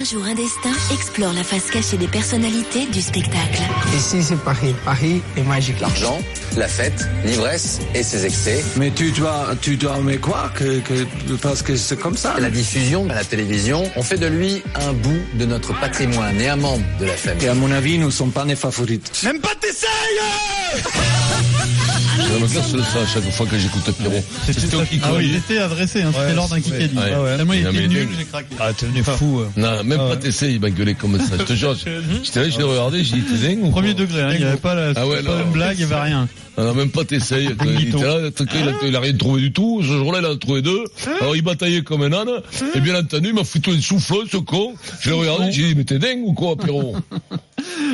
Un jour, un destin explore la face cachée des personnalités du spectacle. Ici, c'est Paris. Paris est magique. L'argent, la fête, l'ivresse et ses excès. Mais tu dois, tu dois me croire que, que- parce que c'est comme ça. La diffusion à la télévision, on fait de lui un bout de notre patrimoine et un membre de la famille. Et à mon avis, nous ne sommes pas les favorites. Même pas t'essayes Je me casse le sein à chaque fois que j'écoute Pierrot. C'était au Ah oui, il Kikoli. était adressé, hein, c'était Ouais, l'ordre d'un ouais. Kikadi. Ouais. Ah ouais. Tellement il Il a était mis nul, nul. j'ai craqué. Ah, t'es devenu fou. euh. Non, même Ah pas ouais. t'essayes, il m'a gueulé comme ça. Je te jure, je- j'étais là, je l'ai regardé, j'ai dit, t'es dingue ou quoi Premier degré, hein, il n'y avait pas la Ah ouais, c'était pas non. une blague, il n'y avait rien. Non, non, même pas t'essayes. Il était là, le truc, il a, il a rien trouvé du tout. Ce jour-là, il en a trouvé deux. Alors, il bataillait comme un âne. Et bien entendu, il m'a foutu un souffle, ce con. Je l'ai regardé, j'ai dit, mais t'es dingue ou quoi, Pierrot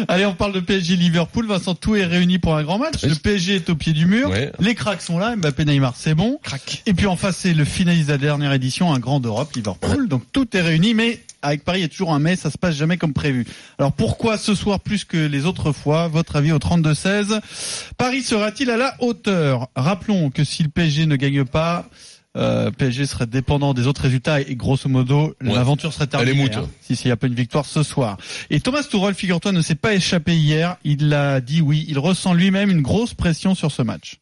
Allez, on parle de PSG Liverpool. Vincent, tout est réuni pour un grand match. Oui. Le PSG est au pied du mur. Ouais. Les cracks sont là. Mbappé, Neymar, c'est bon. Et puis en face, c'est le finaliste de la dernière édition, un grand d'Europe, Liverpool. Donc tout est réuni, mais avec Paris, il y a toujours un mais, ça se passe jamais comme prévu. Alors pourquoi ce soir plus que les autres fois Votre avis au 32-16. Paris sera-t-il à la hauteur Rappelons que si le PSG ne gagne pas, euh, PSG serait dépendant des autres résultats et grosso modo, Ouais. l'aventure serait Elle est terminée. moute. hein, si s'il n'y a pas une victoire ce soir. Et Thomas Tuchel, figure-toi, ne s'est pas échappé hier. Il a dit oui. Il ressent lui-même une grosse pression sur ce match.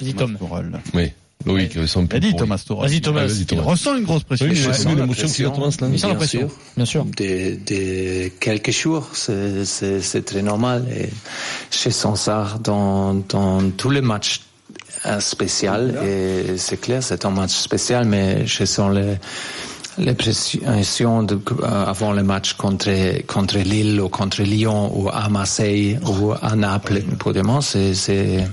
Vas-y, Thomas Tom. Tuchel. Oui, Loïc, son Il a dit Thomas Tuchel. Vas-y, Thomas. Ah, vas-y, Il Thomas. ressent une grosse pression. Oui, mais Ouais. j'ai vu l'émotion qui a Thomas là. Il sent la pression. Bien sûr. de, de quelques jours, c'est- c'est c'est très normal. Et je sens ça dans, dans tous les matchs euh, spécial et c'est clair, c'est un match spécial, mais je sens les, les pressions de- euh, avant le match contre, contre Lille ou contre Lyon ou à Marseille ou à Naples. Pour demain, c'est- c'est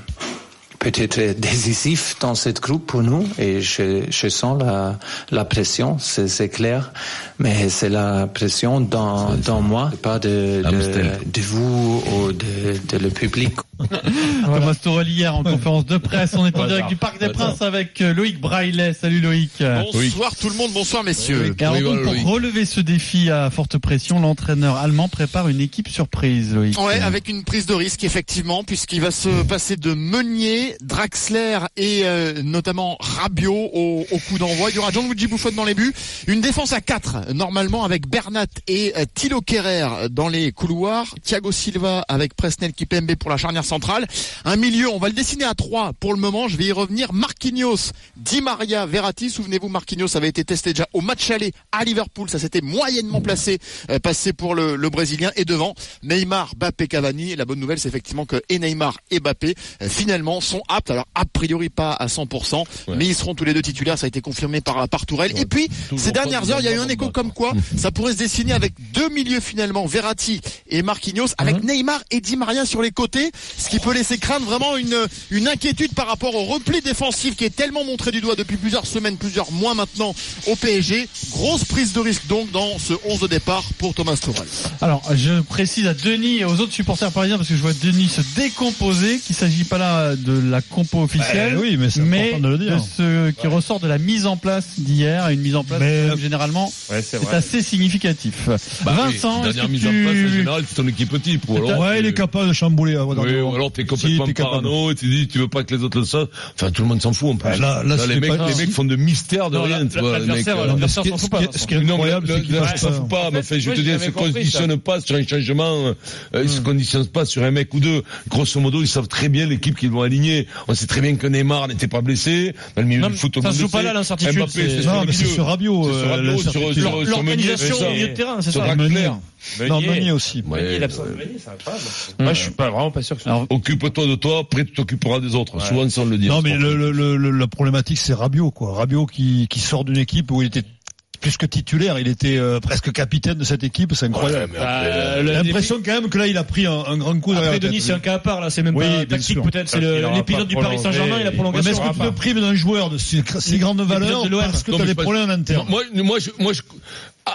peut-être décisif dans cette groupe pour nous et je, je sens la, la pression, c'est c'est clair, mais c'est la pression dans, dans moi, pas de, Amstel. de, de vous ou de, de le public. Thomas Tuchel hier en conférence de presse. On est en direct du Parc des Voilà. Princes avec euh, Loïc Braillet. Salut Loïc. Bonsoir tout le monde, bonsoir messieurs. Et alors, Oui, donc, voilà, pour euh, Loïc. relever ce défi à forte pression, l'entraîneur allemand prépare une équipe surprise, Loïc. Ouais, avec une prise de risque effectivement, puisqu'il va se passer de Meunier, Draxler et euh, notamment Rabiot au, au coup d'envoi. Il y aura Gianluigi Buffon dans les buts. Une défense à 4 normalement avec Bernat et euh, Thilo Kerrer dans les couloirs. Thiago Silva avec Presnel Kipembe pour la charnière centrale. Un milieu, on va le dessiner à 3 pour le moment. Je vais y revenir. Marquinhos, Di Maria, Verratti. Souvenez-vous, Marquinhos avait été testé déjà au match aller à Liverpool. Ça s'était moyennement placé, euh, passé pour le, le Brésilien. Et devant, Neymar, Mbappé, Cavani. Et la bonne nouvelle, c'est effectivement que et Neymar et Mbappé, euh, finalement, sont aptes. Alors, a priori pas à 100%, Ouais. mais ils seront tous les deux titulaires. Ça a été confirmé par, par Tourelle. Et puis, toujours ces pas dernières de heures, il y a eu un Neymar écho en comme quoi ça pourrait se dessiner avec deux milieux finalement, Verratti et Marquinhos, avec Hein Neymar et Di Maria sur les côtés, ce qui peut laisser craindre vraiment une, une inquiétude par rapport au repli défensif qui est tellement montré du doigt depuis plusieurs semaines, plusieurs mois maintenant au PSG. Grosse prise de risque donc dans ce 11 de départ pour Thomas Tuchel. Alors, je précise à Denis et aux autres supporters parisiens, parce que je vois Denis se décomposer, qu'il s'agit pas là de la compo officielle, Eh oui, mais c'est mais important de le dire. ce qui ressort de la mise en place d'hier, une mise en place Mais- euh, généralement Ouais, c'est c'est assez significatif. Bah oui, Vincent, est-ce dernière que mise en place, en tu... général, c'est ton équipe type. Ou alors, Ouais, il est tu- capable de chambouler. euh, dans Oui, le- ou alors t'es Si, complètement t'es capable. parano et tu dis tu veux pas que les autres le savent. Enfin, tout le monde s'en fout en Ah, plus. Là, là, ce les, n'est mecs, pas- les mecs font de mystère de Non, rien. la- tu vois, les mecs, l'adversaire, euh, voilà. Ce L'adversaire qui, s'en ce fout pas. qui- Vincent. ce qui est Non, mais incroyable, le- c'est qu'il le- reste ça pas- fout pas, mais En fait, enfin, je moi, te j'ai dis, jamais se compris, conditionne pas sur un changement, euh, euh, Hmm. ils se conditionnent pas sur un mec ou deux. Grosso modo, ils savent très bien l'équipe qu'ils vont aligner. On sait très bien que Neymar n'était pas blessé. Dans le milieu Non, du mais foot, ça se joue pas là, l'incertitude, Mbappé, c'est- c'est Non, mais c'est sur sur le Rabiot. milieu. C'est sur euh, Rabiot, la sur- certitude. sur- sur Meunier, c'est L'organisation ça. au milieu de terrain, c'est Sur ça. Draxler. Meunier. Non, Meunier aussi. Ouais. euh, Meunier, l'absence de Meunier, c'est incroyable. Moi, je suis pas vraiment pas sûr que ce Alors, Occupe-toi de toi, après tu t'occuperas des autres. Souvent, sans le dire. Non, mais le, le- le- le- la problématique, c'est Rabiot, quoi. Rabiot qui, qui sort d'une équipe où il était plus que titulaire, il était euh, presque capitaine de cette équipe, c'est incroyable. Ah, Euh, J'ai le- l'impression quand même que là, il a pris un, un grand coup derrière Après la tête. Denis, c'est un cas à part là, c'est même Oui, pas bien tactique sûr. peut-être, c'est Parce qu'il le- aura l'épisode pas du Paris prolongé. Saint-Germain et la Ouais, mais est-ce prolongation. que tu te prives d'un joueur de ces, ces grandes valeurs pilotes de l'OM. parce que Non, tu as mais des pas- problèmes internes Moi, moi, je, moi, je-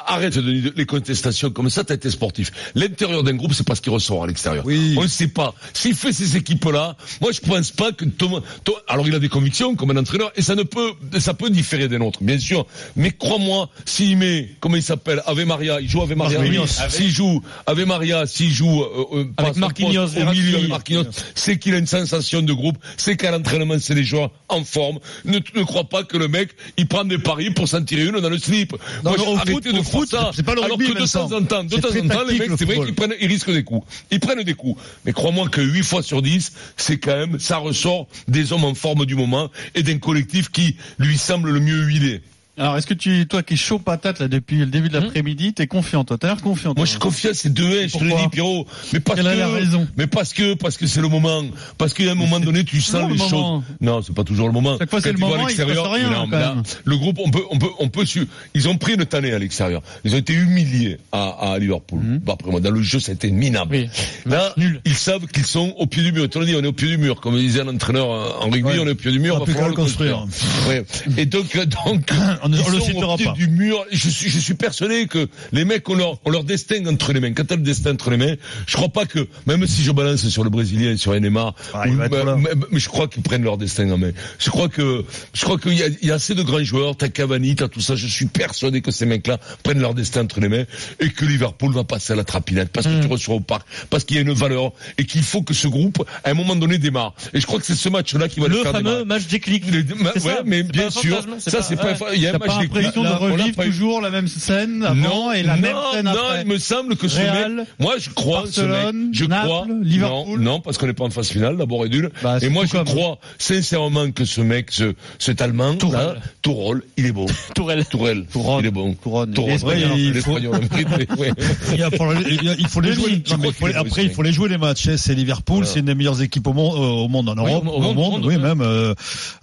arrête de, de- les contestations comme ça. T'as été sportif. L'intérieur d'un groupe, c'est pas ce qui ressort à l'extérieur. Oui. On ne sait pas. S'il fait ces équipes-là, moi, je pense pas que Thomas, Thomas- alors il a des convictions comme un entraîneur et ça ne peut, ça peut différer des nôtres, bien sûr. Mais crois-moi, s'il met, comment il s'appelle, Ave Maria, il joue Ave Maria. Marquinhos. S'il joue Ave Maria, s'il joue, euh, euh, Avec passe au Marquinhos, poste, au Verratti. milieu avec Marquinhos, c'est qu'il a une sensation de groupe, c'est qu'à l'entraînement, c'est les joueurs en forme. Ne, ne crois pas que le mec, il prend des paris pour s'en tirer une dans le slip. Non, Moi, mais j'ai au arrêté foot, de au de foot, ça. c'est pas le Alors rugby, que de Vincent. temps en temps, de C'est temps très en temps, les tactique, mecs, le c'est vrai football. qu'ils prennent, ils risquent des coups. Ils prennent des coups. Mais crois-moi que 8 fois sur 10, c'est quand même, ça ressort des hommes en forme du moment et d'un collectif qui lui semble le mieux huilé. Alors, est-ce que tu, toi qui es chaud patate là depuis le début de l'après-midi, t'es confiant, toi T'as l'air confiant. Hmm toi. Moi, je suis confiant, c'est 2-1, je te hein. le Pourquoi dis, Pierrot. Mais parce Quelle que, est la raison mais parce que, parce que c'est le moment. Parce qu'à un moment donné, tu toujours sens les le choses. moment. Non, c'est pas toujours le moment. Chaque fois, c'est le Quand tu vas à moment, il se passe l'extérieur, rien, non, quand mais là, même. le groupe, on peut, on peut, on peut, su- ils ont pris une tannée à l'extérieur. Ils ont été humiliés à, à Liverpool. Mhm. Bah, Après moi, dans le jeu, c'était minable. Oui. Là, Nul. ils savent qu'ils sont au pied du mur. Tu l'as dit, on est au pied du mur. Comme disait l'entraîneur euh, en rugby, Ouais. on est au pied du mur. On va plus falloir qu'à le construire. Ouais. Et donc, euh, donc, On ne- ils on le sont citera au pied pas. du mur. Je suis, je suis persuadé que les mecs ont leur, ont leur destin entre les mains. Quand t'as le destin entre les mains, je crois pas que, même si je balance sur le Brésilien, sur Neymar, Ah, il va être là. mais- mais je crois qu'ils prennent leur destin en main. Je crois que, je crois qu'il y a, il y a assez de grands joueurs. T'as Cavani, t'as tout ça. Je suis persuadé que ces mecs-là prennent leur destin entre les mains et que Liverpool va passer à la trapinette parce que tu reçois au parc, parce qu'il y a une valeur et qu'il faut que ce groupe, à un moment donné, démarre. Et je crois que c'est ce match-là qui va le, Le faire démarrer. fameux match déclic. Les deux- ma- C'est ouais, ça, mais c'est pas bien un sûr, fantasme, c'est ça pas- c'est pas. ouais. Il y a un T'as match pas des l'impression de Là, on l'a revivre pas eu. toujours la même scène avant Non, et la non, même scène non, après il me semble que ce Real, mec, moi je crois, en ce Barcelone, mec, je Naples, crois, Liverpool. non, non, parce qu'on n'est pas en phase finale, d'abord est nul, Bah, c'est et moi tout je comme. crois sincèrement que ce mec, ce, cet Allemand, Tourelle. là, Tourol, il est bon, Tourelle. Tourel, Touron. il est bon, Touron. Touron, Il est espagnol, ouais, en fait. l'espagnol, ouais. Il y a- faut- il y a- il faut les Denis, jouer. tu crois Non, mais il faut les- qu'il est après, il faut les jouer les matchs. hein. C'est Liverpool, Voilà. c'est une des meilleures équipes au monde, euh, au monde en Europe, au au, monde, au monde, monde, oui ouais. même. euh,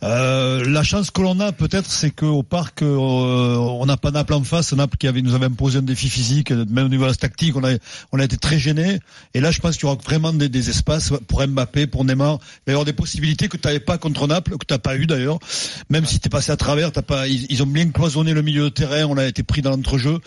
euh, la chance que l'on a peut-être, c'est qu'au parc, euh, on n'a pas Naples en face, Naples qui avait, nous avait imposé un défi physique, euh, même au niveau de la tactique, on a, on a été très gêné. Et là, je pense qu'il y aura vraiment des, des espaces pour Mbappé, pour Neymar. Il va y avoir des possibilités que tu n'avais pas contre Naples, que tu n'as pas eu d'ailleurs. Même si tu es passé à travers, t'as pas, ils, ils ont bien cloisonné le milieu de terrain, on a été pris dans l'entrejeu.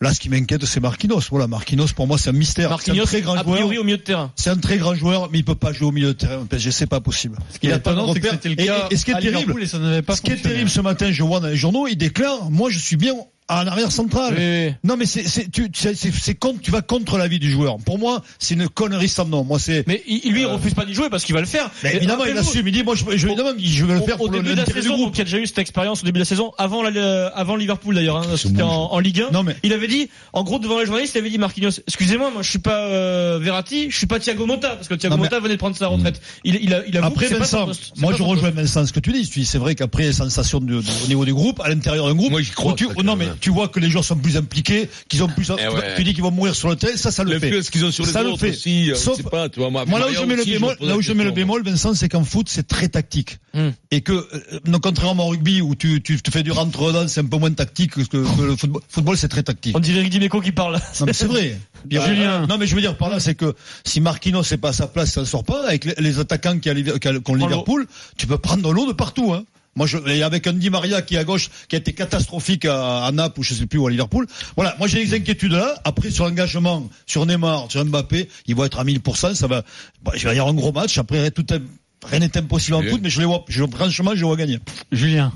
Là, ce qui m'inquiète, c'est Marquinhos. Voilà, Marquinhos, pour moi, c'est un mystère. Marquinhos, c'est un très grand a priori joueur. au milieu de terrain. C'est un très grand joueur, mais il peut pas jouer au milieu de terrain. au PSG, c'est pas possible. Ce qui est a pas de étonnant, c'est que repère. c'était le Et- cas et ce qui est à Liverpool terrible, et ça n'avait pas ce qui est fonctionné. terrible ce matin, je vois dans les journaux, il déclare, moi, je suis bien en arrière central. Oui. Non, mais c'est, c'est, tu, c'est, c'est- c'est contre, tu vas contre l'avis du joueur. Pour moi, c'est une connerie sans nom. Moi, c'est, Mais il- lui, il refuse pas d'y jouer parce qu'il va le faire. Euh, Mais Et évidemment, il rappelez-vous, assume. Il dit, moi, je, je, évidemment, je vais le au- faire pour au le- début de la l'intérêt du saison, groupe. donc il y a déjà eu cette expérience au début de la saison, avant, la- euh, avant Liverpool d'ailleurs, hein, c'était en, en Ligue 1. Non, mais- Il avait dit, en gros, devant les journalistes, il avait dit Marquinhos, excusez-moi, moi je suis pas euh, Verratti, je suis pas Thiago Motta, parce que Thiago Non, mais- Hmm. Motta venait de prendre sa retraite. Il, il, a, il avoue Après que c'est pas son Vincent, poste. C'est moi pas je son rejoins Vincent ce que tu dis. Tu dis, c'est vrai qu'après les sensations de- de- au niveau du groupe, à l'intérieur d'un groupe, Moi, j'y crois, où tu- ça, où- quand non mais même. tu vois que les gens sont plus impliqués, qu'ils ont plus. tu, Eh ouais. tu dis qu'ils vont mourir sur le terrain, ça, ça le fait. L'influence qu'ils ont sur les Ça le autres fait. aussi, euh, Sauf- je sais pas, tu vois, moi, Moi, là où Maria je mets le aussi, me bémol, pose là la où je mets le question. bémol, Vincent, c'est qu'en foot, c'est très tactique. Hmm. Et que, euh, non, contrairement au rugby où tu, tu te fais du rentre-dedans, c'est un peu moins tactique que, que le football. Football, c'est très tactique. On dirait Ricky Meco qui parle. Non, mais c'est vrai. Julien. Euh, Non, mais je veux dire par là, c'est que si Marquinhos n'est pas à sa place, ça ne sort pas. Avec les, les attaquants qui ont Liverpool, tu peux prendre l'eau de partout. Hein. Moi, je, et avec Andy Maria qui est à gauche, qui a été catastrophique à, à Naples ou je sais plus ou à Liverpool. Voilà, moi j'ai des inquiétudes là. Après, sur l'engagement, sur Neymar, sur Mbappé, ils vont être à 1000%. Ça va, bah, il va y avoir un gros match. Après, tout est- rien n'est impossible en Bien. foot, mais je les vois, je, franchement, je les vois gagner. Julien.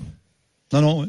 Non, non, ouais.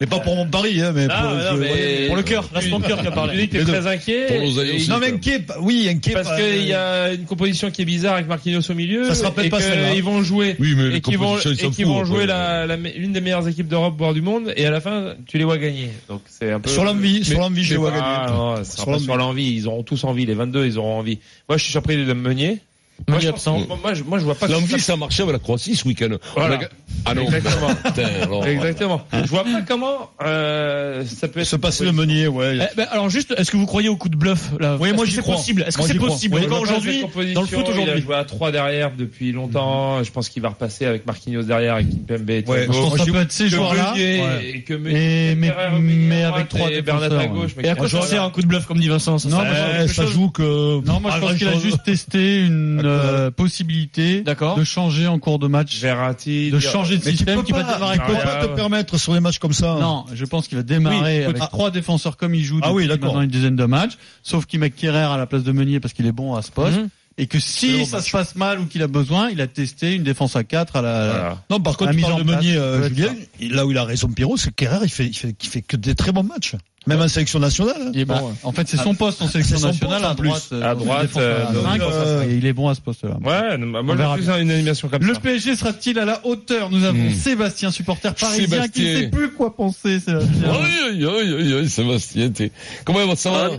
mais pas pour mon pari, hein, mais pour, Ah, non, je- mais- Pour le cœur, là c'est ton cœur qui a Tu parlé. dis que t'es très inquiet. Pour nos alliés aussi, Non, mais quand même. inquiet, oui, euh, inquiet. Parce pas- qu'il y a une composition qui est bizarre avec Marquinhos au milieu. Ça se rappelle et pas que celle-là. Ils vont jouer. Oui, mais les et qui vont, compositions, ils et s'en qui foutent, vont après. jouer la, la- l'une des meilleures équipes d'Europe, voire du monde. Et à la fin, tu les vois gagner. Donc c'est un peu. Sur l'envie, sur Mais- l'envie, je les mais vois bah, gagner. non, ça sera Sur pas l'envie. sur l'envie. Ils auront tous envie. Les 22, ils auront envie. Moi, je suis surpris de Meunier. Moi, je, pense- moi, moi, je, moi, je vois pas. que L'envie, ça- ça marchait avec la Croatie ce week-end. Voilà. On a ga- Ah non, Exactement. putain, alors, Exactement. Je vois pas comment euh, ça peut être. Se passer le meunier, ouais. Eh ben, alors juste, est-ce que vous croyez au coup de bluff là Oui, Est-ce moi, que j'y c'est crois. possible Est-ce que Moi, c'est j'y crois. possible Oui, encore mais aujourd'hui dans le foot il aujourd'hui Mhm. a joué à 3 derrière depuis longtemps. Je pense qu'il va repasser avec Marquinhos derrière, avec Kimpembe. et Ouais, Thiago. Je pense que ça peut être ces Que joueurs-là. Meunier, Ouais. et que Et- Meunier, mais- Ferrer au mais milieu avec droite trois et Bernat à défenseurs, gauche. ouais. mais Et à qui- quoi Ah, ça genre, sert un coup de bluff comme dit Vincent Non, moi, Eh, quelque ça chose- joue que. Non, moi je Ah, pense je qu'il a pense- juste testé une euh, possibilité D'accord. de changer en cours de match, Verratti, de dire- changer de Mais tu système peux qui va pas, démarrer tu Ah, peux ouais, quoi pas te ouais. permettre sur les matchs comme ça. hein. Non, je pense qu'il va démarrer Oui, avec peut-être. trois défenseurs comme il joue Ah depuis oui, d'accord. Mmh. maintenant une dizaine de matchs, sauf qu'il met Kerrer à la place de Meunier parce qu'il est bon à ce poste. Mhm. et que si bon ça match. se passe mal ou qu'il a besoin, il a testé une défense à 4 à euh, la. Voilà. Non, par contre, La tu mise parles en de place, Meunier, euh, peut être Julien, ça. il- là où il a raison Pierrot, c'est que Kerrer, il fait, il, fait, il fait que des très bons matchs. Même en sélection nationale. hein. Il est bon. ouais. En fait, c'est son poste en sélection son nationale poste, à en plus. droite. euh, À dans une droite, défense euh, à donc, cinq, euh, et il est bon à ce poste-là. Ouais, non, bah, moi On verra j'ai plus une animation comme Le ça. PSG sera-t-il à la hauteur Nous avons Hmm. Sébastien, supporter parisien, qui Sébastien. ne sait plus quoi penser. Sébastien. Aïe, aïe, aïe, aïe, aïe, Sébastien, t'es- Comment ça va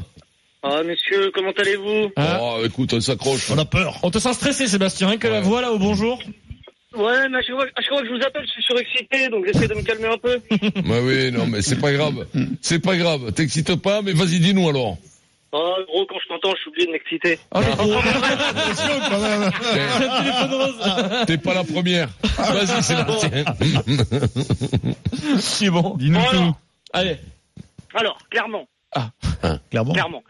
Ah, monsieur, comment allez-vous Oh, Hein écoute, on s'accroche. On a peur. On te sent stressé, Sébastien, hein, rien que la Ouais. voix là au bonjour. Ouais, mais à chaque, fois, à chaque fois que je vous appelle, je suis surexcité, donc j'essaie de me calmer un peu. Bah oui, non, mais c'est pas grave. C'est pas grave. T'excites pas, mais vas-y, dis-nous alors. Ah, gros, quand je t'entends, je suis obligé de m'exciter. T'es- Téléphone rose. T'es pas la première. Ah, Vas-y, Sébastien. C'est bon. Dis-nous Bon, alors. Allez. Alors, clairement, Clairement. clairement.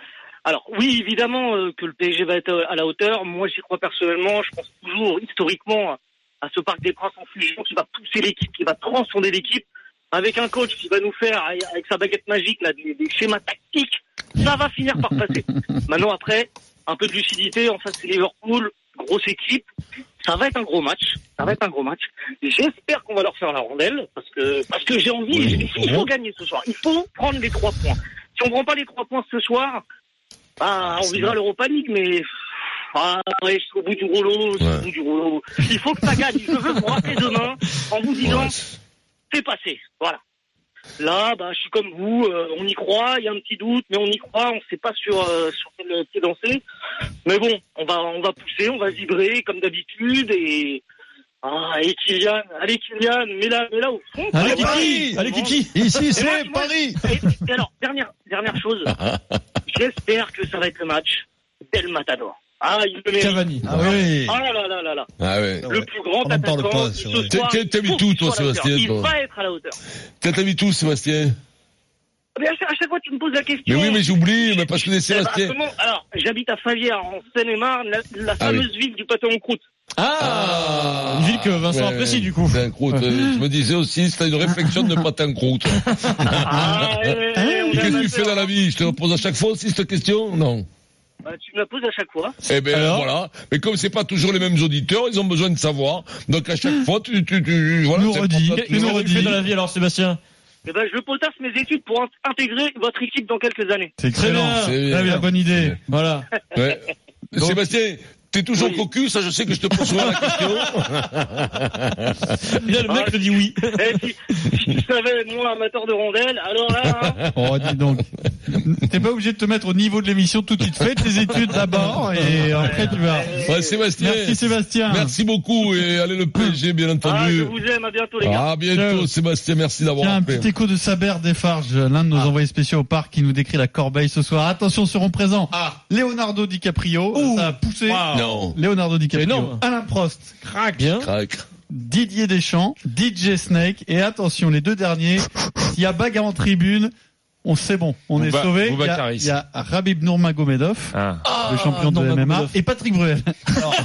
Alors, oui, évidemment euh, que le PSG va être euh, à la hauteur. Moi, j'y crois personnellement. Je pense toujours, historiquement, à ce Parc des Princes en fusion qui va pousser l'équipe, qui va transcender l'équipe, avec un coach qui va nous faire, avec avec sa baguette magique, là, des, des schémas tactiques. Ça va finir par passer. Maintenant, après, un peu de lucidité. En face, c'est Liverpool, grosse équipe. Ça va être un gros match. Ça va être un gros match. J'espère qu'on va leur faire la rondelle, parce que, parce que j'ai envie, Oui. il faut gagner ce soir. Il faut prendre les trois points. Si on prend pas les trois points ce soir, bah, on vivra l'Europa League, mais ah, ouais, je suis au bout du rouleau, je suis Ouais. au bout du rouleau. Il faut que ça gagne. Je veux vous rappeler demain en vous disant, Ouais. c'est passé. Voilà. Là, bah, je suis comme vous, euh, on y croit, il y a un petit doute, mais on y croit, on ne sait pas sur, euh, sur quel pied danser. Mais bon, on va, on va pousser, on va vibrer comme d'habitude et. Ah, et Kylian, allez Kylian, mets-la, mets-la au fond. Allez, quoi. Kiki Allez, Bon. Kiki Ici, Et moi, c'est moi, Paris Et, et alors, dernière, dernière chose, j'espère que ça va être le match Del Matador. Ah, il le mérite. Cavani. Ah oui. Ah là là là là. Ah ouais. Ah ouais. Le plus grand On en parle attaquant. pas, qui c'est ce vrai. soir, T'as- t'as mis faut tout, qu'il toi, soit à la hauteur. Sébastien, Il toi. va être à la hauteur. Ah, T'as t'as mis tout, Sébastien. Mais à chaque à chaque fois, tu me poses la question. Mais oui, mais j'oublie, mais parce que les Eh ben, Sébastien. comment- alors, j'habite à Favière, en Seine-et-Marne, la, la Ah oui. fameuse ville du pâté en croûte. Ah Une ville que Vincent Ouais, apprécie ouais. du coup. C'est un croûte. euh, Je me disais aussi, c'était une réflexion de ne pas t'en croûte. Ah, eh, eh, on est Qu'est-ce que tu amateur. fais dans la vie Je te repose à chaque fois aussi cette question Non. Bah, Tu me la poses à chaque fois. Eh ben Alors voilà. Mais comme c'est pas toujours les mêmes auditeurs, ils ont besoin de savoir. Donc à chaque fois, tu, tu, tu voilà. Nous c'est redis. pour ça que tu- Qu'est-ce que tu fais dans la vie alors, Sébastien Eh ben, je potasse mes études pour int- intégrer votre équipe dans quelques années. C'est excellent. Très bien. Très bien, bonne idée. Voilà. Ouais. Sébastien, t'es toujours Oui. cocu, ça je sais que je te pose souvent la question. Et là, le mec Ah. le dit oui. Eh, si, si tu savais, moi, amateur de rondelles, alors là, hein, Oh, dis donc. T'es pas obligé de te mettre au niveau de l'émission tout de suite. Fais tes études d'abord et après tu vas. Ouais, Sébastien. Merci Sébastien. Merci beaucoup et allez le PSG bien ah, je entendu. vous aime, à bientôt les gars. À bientôt Ciao. Sébastien, merci d'avoir Tiens, un appelé. petit écho de Saber Desfarges, l'un de Ah. nos envoyés spéciaux au parc qui nous décrit la corbeille ce soir. Attention, seront présents Ah. Leonardo DiCaprio, ça a poussé. Non. Leonardo C'est DiCaprio, énorme. Alain Prost, Crac. Bien. Crac. Didier Deschamps, DJ Snake et attention, les deux derniers, s'il y a bagarre en tribune, on sait bon, on est Bouba- sauvé. Il y a- Boubacaris. Il y a Rabib Nurmagomedov, Ah. le champion de MMA, et Patrick Bruel. Alors,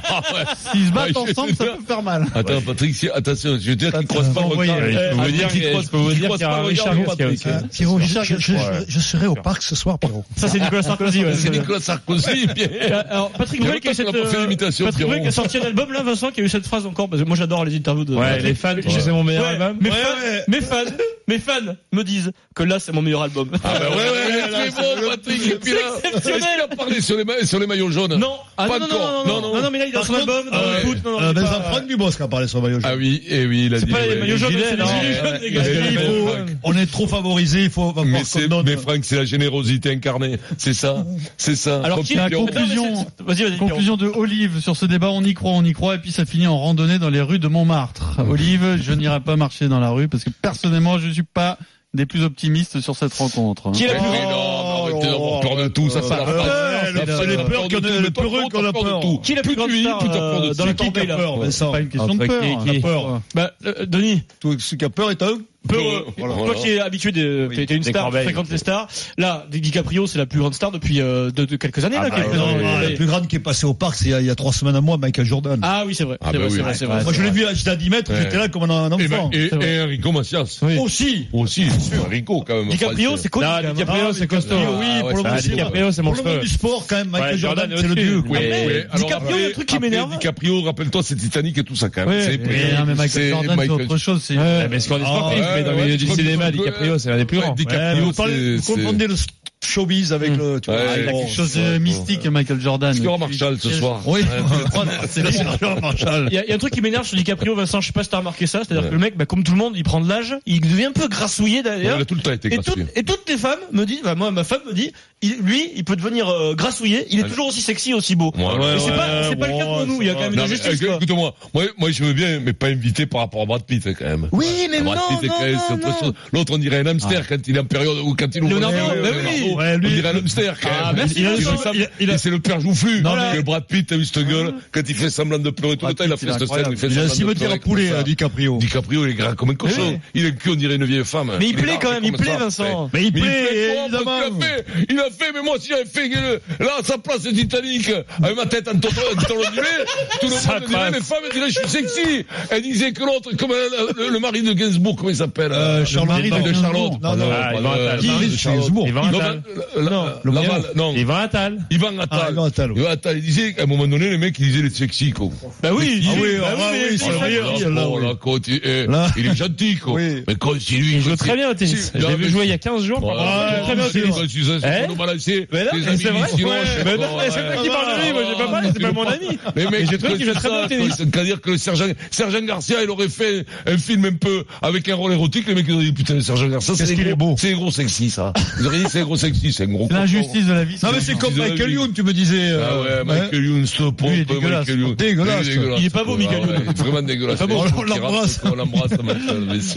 S'ils se battent Ah, je ensemble, vais ça dire. peut faire mal. Attends, Patrick, si- attention, je veux dire Ça, qu'il ça croise pas le m'envoyait. regard. Je peux Ah, vous dire qu'il qu'il- croise- je peux vous qu'il dire croise qu'il y a pas un le Richard regard de Gosquet Patrick. aussi. Ah, Pierrot, je, je- je- je serai au parc ce soir, Pierrot. Ça, c'est Nicolas Sarkozy. ouais. C'est Nicolas Sarkozy. bien. Alors, Patrick Il y a Bruel qui a eu longtemps cette. qu'on a pas fait euh, l'imitation, Patrick Bruel Pierrot. qui a sorti un album là, Vincent, qui a eu cette phrase encore, parce que moi j'adore les interviews de. Ouais, Patrick. les fans, disent c'est mon meilleur album. Mes, Ouais, fans, ouais. mes fans, mes fans me disent que là c'est mon meilleur album. Ah ben ouais, ouais, ouais, très bon, Patrick. Et puis là, est-ce qu'il a parlé sur les, ma- sur les maillots jaunes Non, ah, Pas non, non, encore. non, non, Non, non, non. non, mais là il a son album, ah dans le ouais. foot, non, non, Euh, c'est ben, pas- c'est un Franck Dubos qui a parlé sur le maillot jaune. Ah oui, eh oui, il a C'est dit. pas les ouais. maillots jaunes, gilets, c'est les non. gilets jaunes, les gars. Parce que Ouais, il faut- Franck. on est trop favorisé, il faut avoir Mais, c'est, qu'on donne- mais Franck, c'est la générosité incarnée, c'est ça, c'est ça. Alors, Hop, qui- La Pierrot. Attends, mais conclusion, c'est- Vas-y, vas-y. Pierrot. conclusion de Olive sur ce débat, on y croit, on y croit, et puis ça finit en randonnée dans les rues de Montmartre. Olive, je n'irai pas marcher dans la rue parce que personnellement, je ne suis pas des plus optimistes sur cette rencontre. Oh, Qui est la plus Mais grande- non, mais arrêtez d'avoir peur de tout, ça c'est la peur, phrase. c'est Absolument. la peur qu'on a- de tout, le mais t'as peureux qu'on a de peur. tout. Qui est la plus Plus grande de lui, star, plus t'as peur de euh, dans tout. la Qui a corbeille là peur, Vincent C'est pas une question de hein, peur. La peur. Bah, euh, Denis, Tout ce qui a peur est un peureux. Voilà. Toi qui es habitué, de, Euh, t'es- t'es une Des star, tu corbeilles. fréquentes les stars. Là, DiCaprio, c'est la plus grande star depuis euh, de, de quelques années. là, quelques Non, années. non, Ah, la plus grande qui est passée au parc, c'est il y a- il y a trois semaines à moi, Michael Jordan. Ah oui, c'est vrai. Ah c'est bah vrai, oui. c'est vrai, c'est vrai. Moi, je l'ai vu, j'étais à 10 mètres, Ouais. j'étais là comme un, un Et, ben, enfant. et, C'est vrai. et Enrico Macias. Aussi. Aussi, c'est Enrico quand même. DiCaprio, Français. c'est connu. quand même. DiCaprio, Ah, c'est costaud. DiCaprio, Ah, oui, ouais, pour le ça moment, va, c'est- DiCaprio, c'est Pour le monstrueux. monde du sport, quand même, Michael Ouais, Jordan, Jordan c'est le aussi. dieu. quoi. Oui, Mais- oui. Alors Ah, DiCaprio, il y a un truc qui après, m'énerve. DiCaprio, rappelle-toi, c'est Titanic et tout ça quand même. Ouais, c'est mais- pris, non, mais Michael c'est Jordan, c'est Michael- Ah, autre chose. c'est- Ouais, mais Ah, ce qu'on est sportif, ouais, mais dans ouais, le milieu je du crois que- cinéma, ouais, DiCaprio, c'est l'un des plus ouais, grands. DiCaprio, Ouais, mais vous, parlez, c'est- vous confondez le showbiz avec le. Tu vois, Ouais, Ah, Il a bon, quelque chose de mystique, Michael Jordan. Florent Marshall ce soir. Oui, C'est Florent Marshall. Il y, a, il y a un truc qui m'énerve sur DiCaprio, Vincent, je sais pas si t'as remarqué ça, c'est-à-dire que le mec, bah, comme tout le monde, il prend de l'âge, il devient un peu grassouillé Il d'ailleurs. a tout le temps été Et, tout- gratuit. et toutes les femmes me disent, bah, moi, ma femme me dit, il- lui, il peut devenir euh, grassouillé, il est Ah. toujours aussi sexy, aussi beau. Ouais, ouais, Mais c'est ouais, pas, c'est pas le cas ouais, pour nous, il y a quand même Non, une mais, justice. euh, quoi. Écoute-moi, moi, moi je veux bien, mais pas invité par rapport à Brad Pitt hein, quand même. Oui, mais Brad non, Pitt, c'est non, quand même- c'est non, autre non. chose. L'autre, on dirait un hamster quand il est en période ou quand il ouvre Leonardo, la- bah oui. Leonardo, Ouais, lui- on dirait un hamster quand Ah, même. merci, Il- Vincent. il- Il- il- et c'est le père joufflu. Non, Voilà. mais- Que Brad Pitt, t'as vu cette gueule Quand il fait semblant de pleurer tout le Brad temps, il a Pitt, fait il est cette scène. incroyable. Il fait Il a un semblant de cimetière à hein, pleurer comme poulet, ça. à DiCaprio. DiCaprio, il est gras comme un cochon. oui. Il est cul, on dirait une vieille femme. Mais il plaît est quand gras même, il comme plaît, ça. Vincent. Mais il Mais il plaît, fait quoi, évidemment. parce qu'il a fait, il a fait, mais moi si j'avais fait euh, là à sa place c'est Titanic, avec ma tête en tonton ondulé, tout le monde dirait, les femmes diraient je suis sexy. Elles disaient que l'autre, comme euh, le, le mari de Gainsbourg, comment il s'appelle Euh, le Charles mari Gainsbourg. de Charlotte. Non, non. Ah, Yvan euh, Attal. Qui Charlotte. rit, c'est Gainsbourg. Yvan Attal. Laval, le Laval, non. Yvan Attal. Yvan Ah, Attal. Yvan Attal, oui. Yvan Attal, il disait qu'à un moment donné, les mecs, ils disaient les sexy, quoi. Bah oui, Ah il- oui, bah ah oui, oui, mais- c'est Oh, vrai. là, là, oh, oui. là, quand il eh, Là. il est gentil, quoi. Oui. Mais quand c'est lui, Il joue quand très c'est- bien au tennis. Si, Je non, l'ai vu mais- jouer il y a 15 Ah, jours. par Ouais, contre. Ah, très bien, c'est c'est quand ils sont Eh nous balancer, Mais non, les mais amis c'est vrai. d'ici, ouais, Mais non, mais c'est ouais, toi qui ouais. parle de lui. Moi, j'ai Ah, pas parlé. C'est pas mon ami. Mais mec, je trouve qu'il joue très bien au tennis. C'est-à-dire que le sergent, sergent Garcia, il aurait fait un film un peu avec un rôle érotique. Les mecs, ils auraient dit, putain, le sergent Garcia, c'est Qu'est-ce des qu'il gros- est beau. C'est un gros sexy, ça. Ah. Ils auraient dit, c'est un gros sexy, c'est un gros. C'est L'injustice de la vie. Non, mais c'est comme Ils auraient Michael dit- Youn, tu me disais. euh, Ah ouais, Michael Youn, stop, pompe, Lui, il est Michael Youn. dégueulasse. Il est Ah Il est pas beau, Michael Youn. Vraiment dégueulasse. pas beau. Les gens On qui l'embrasse. ratent, On l'embrasse, Michael, bien sûr.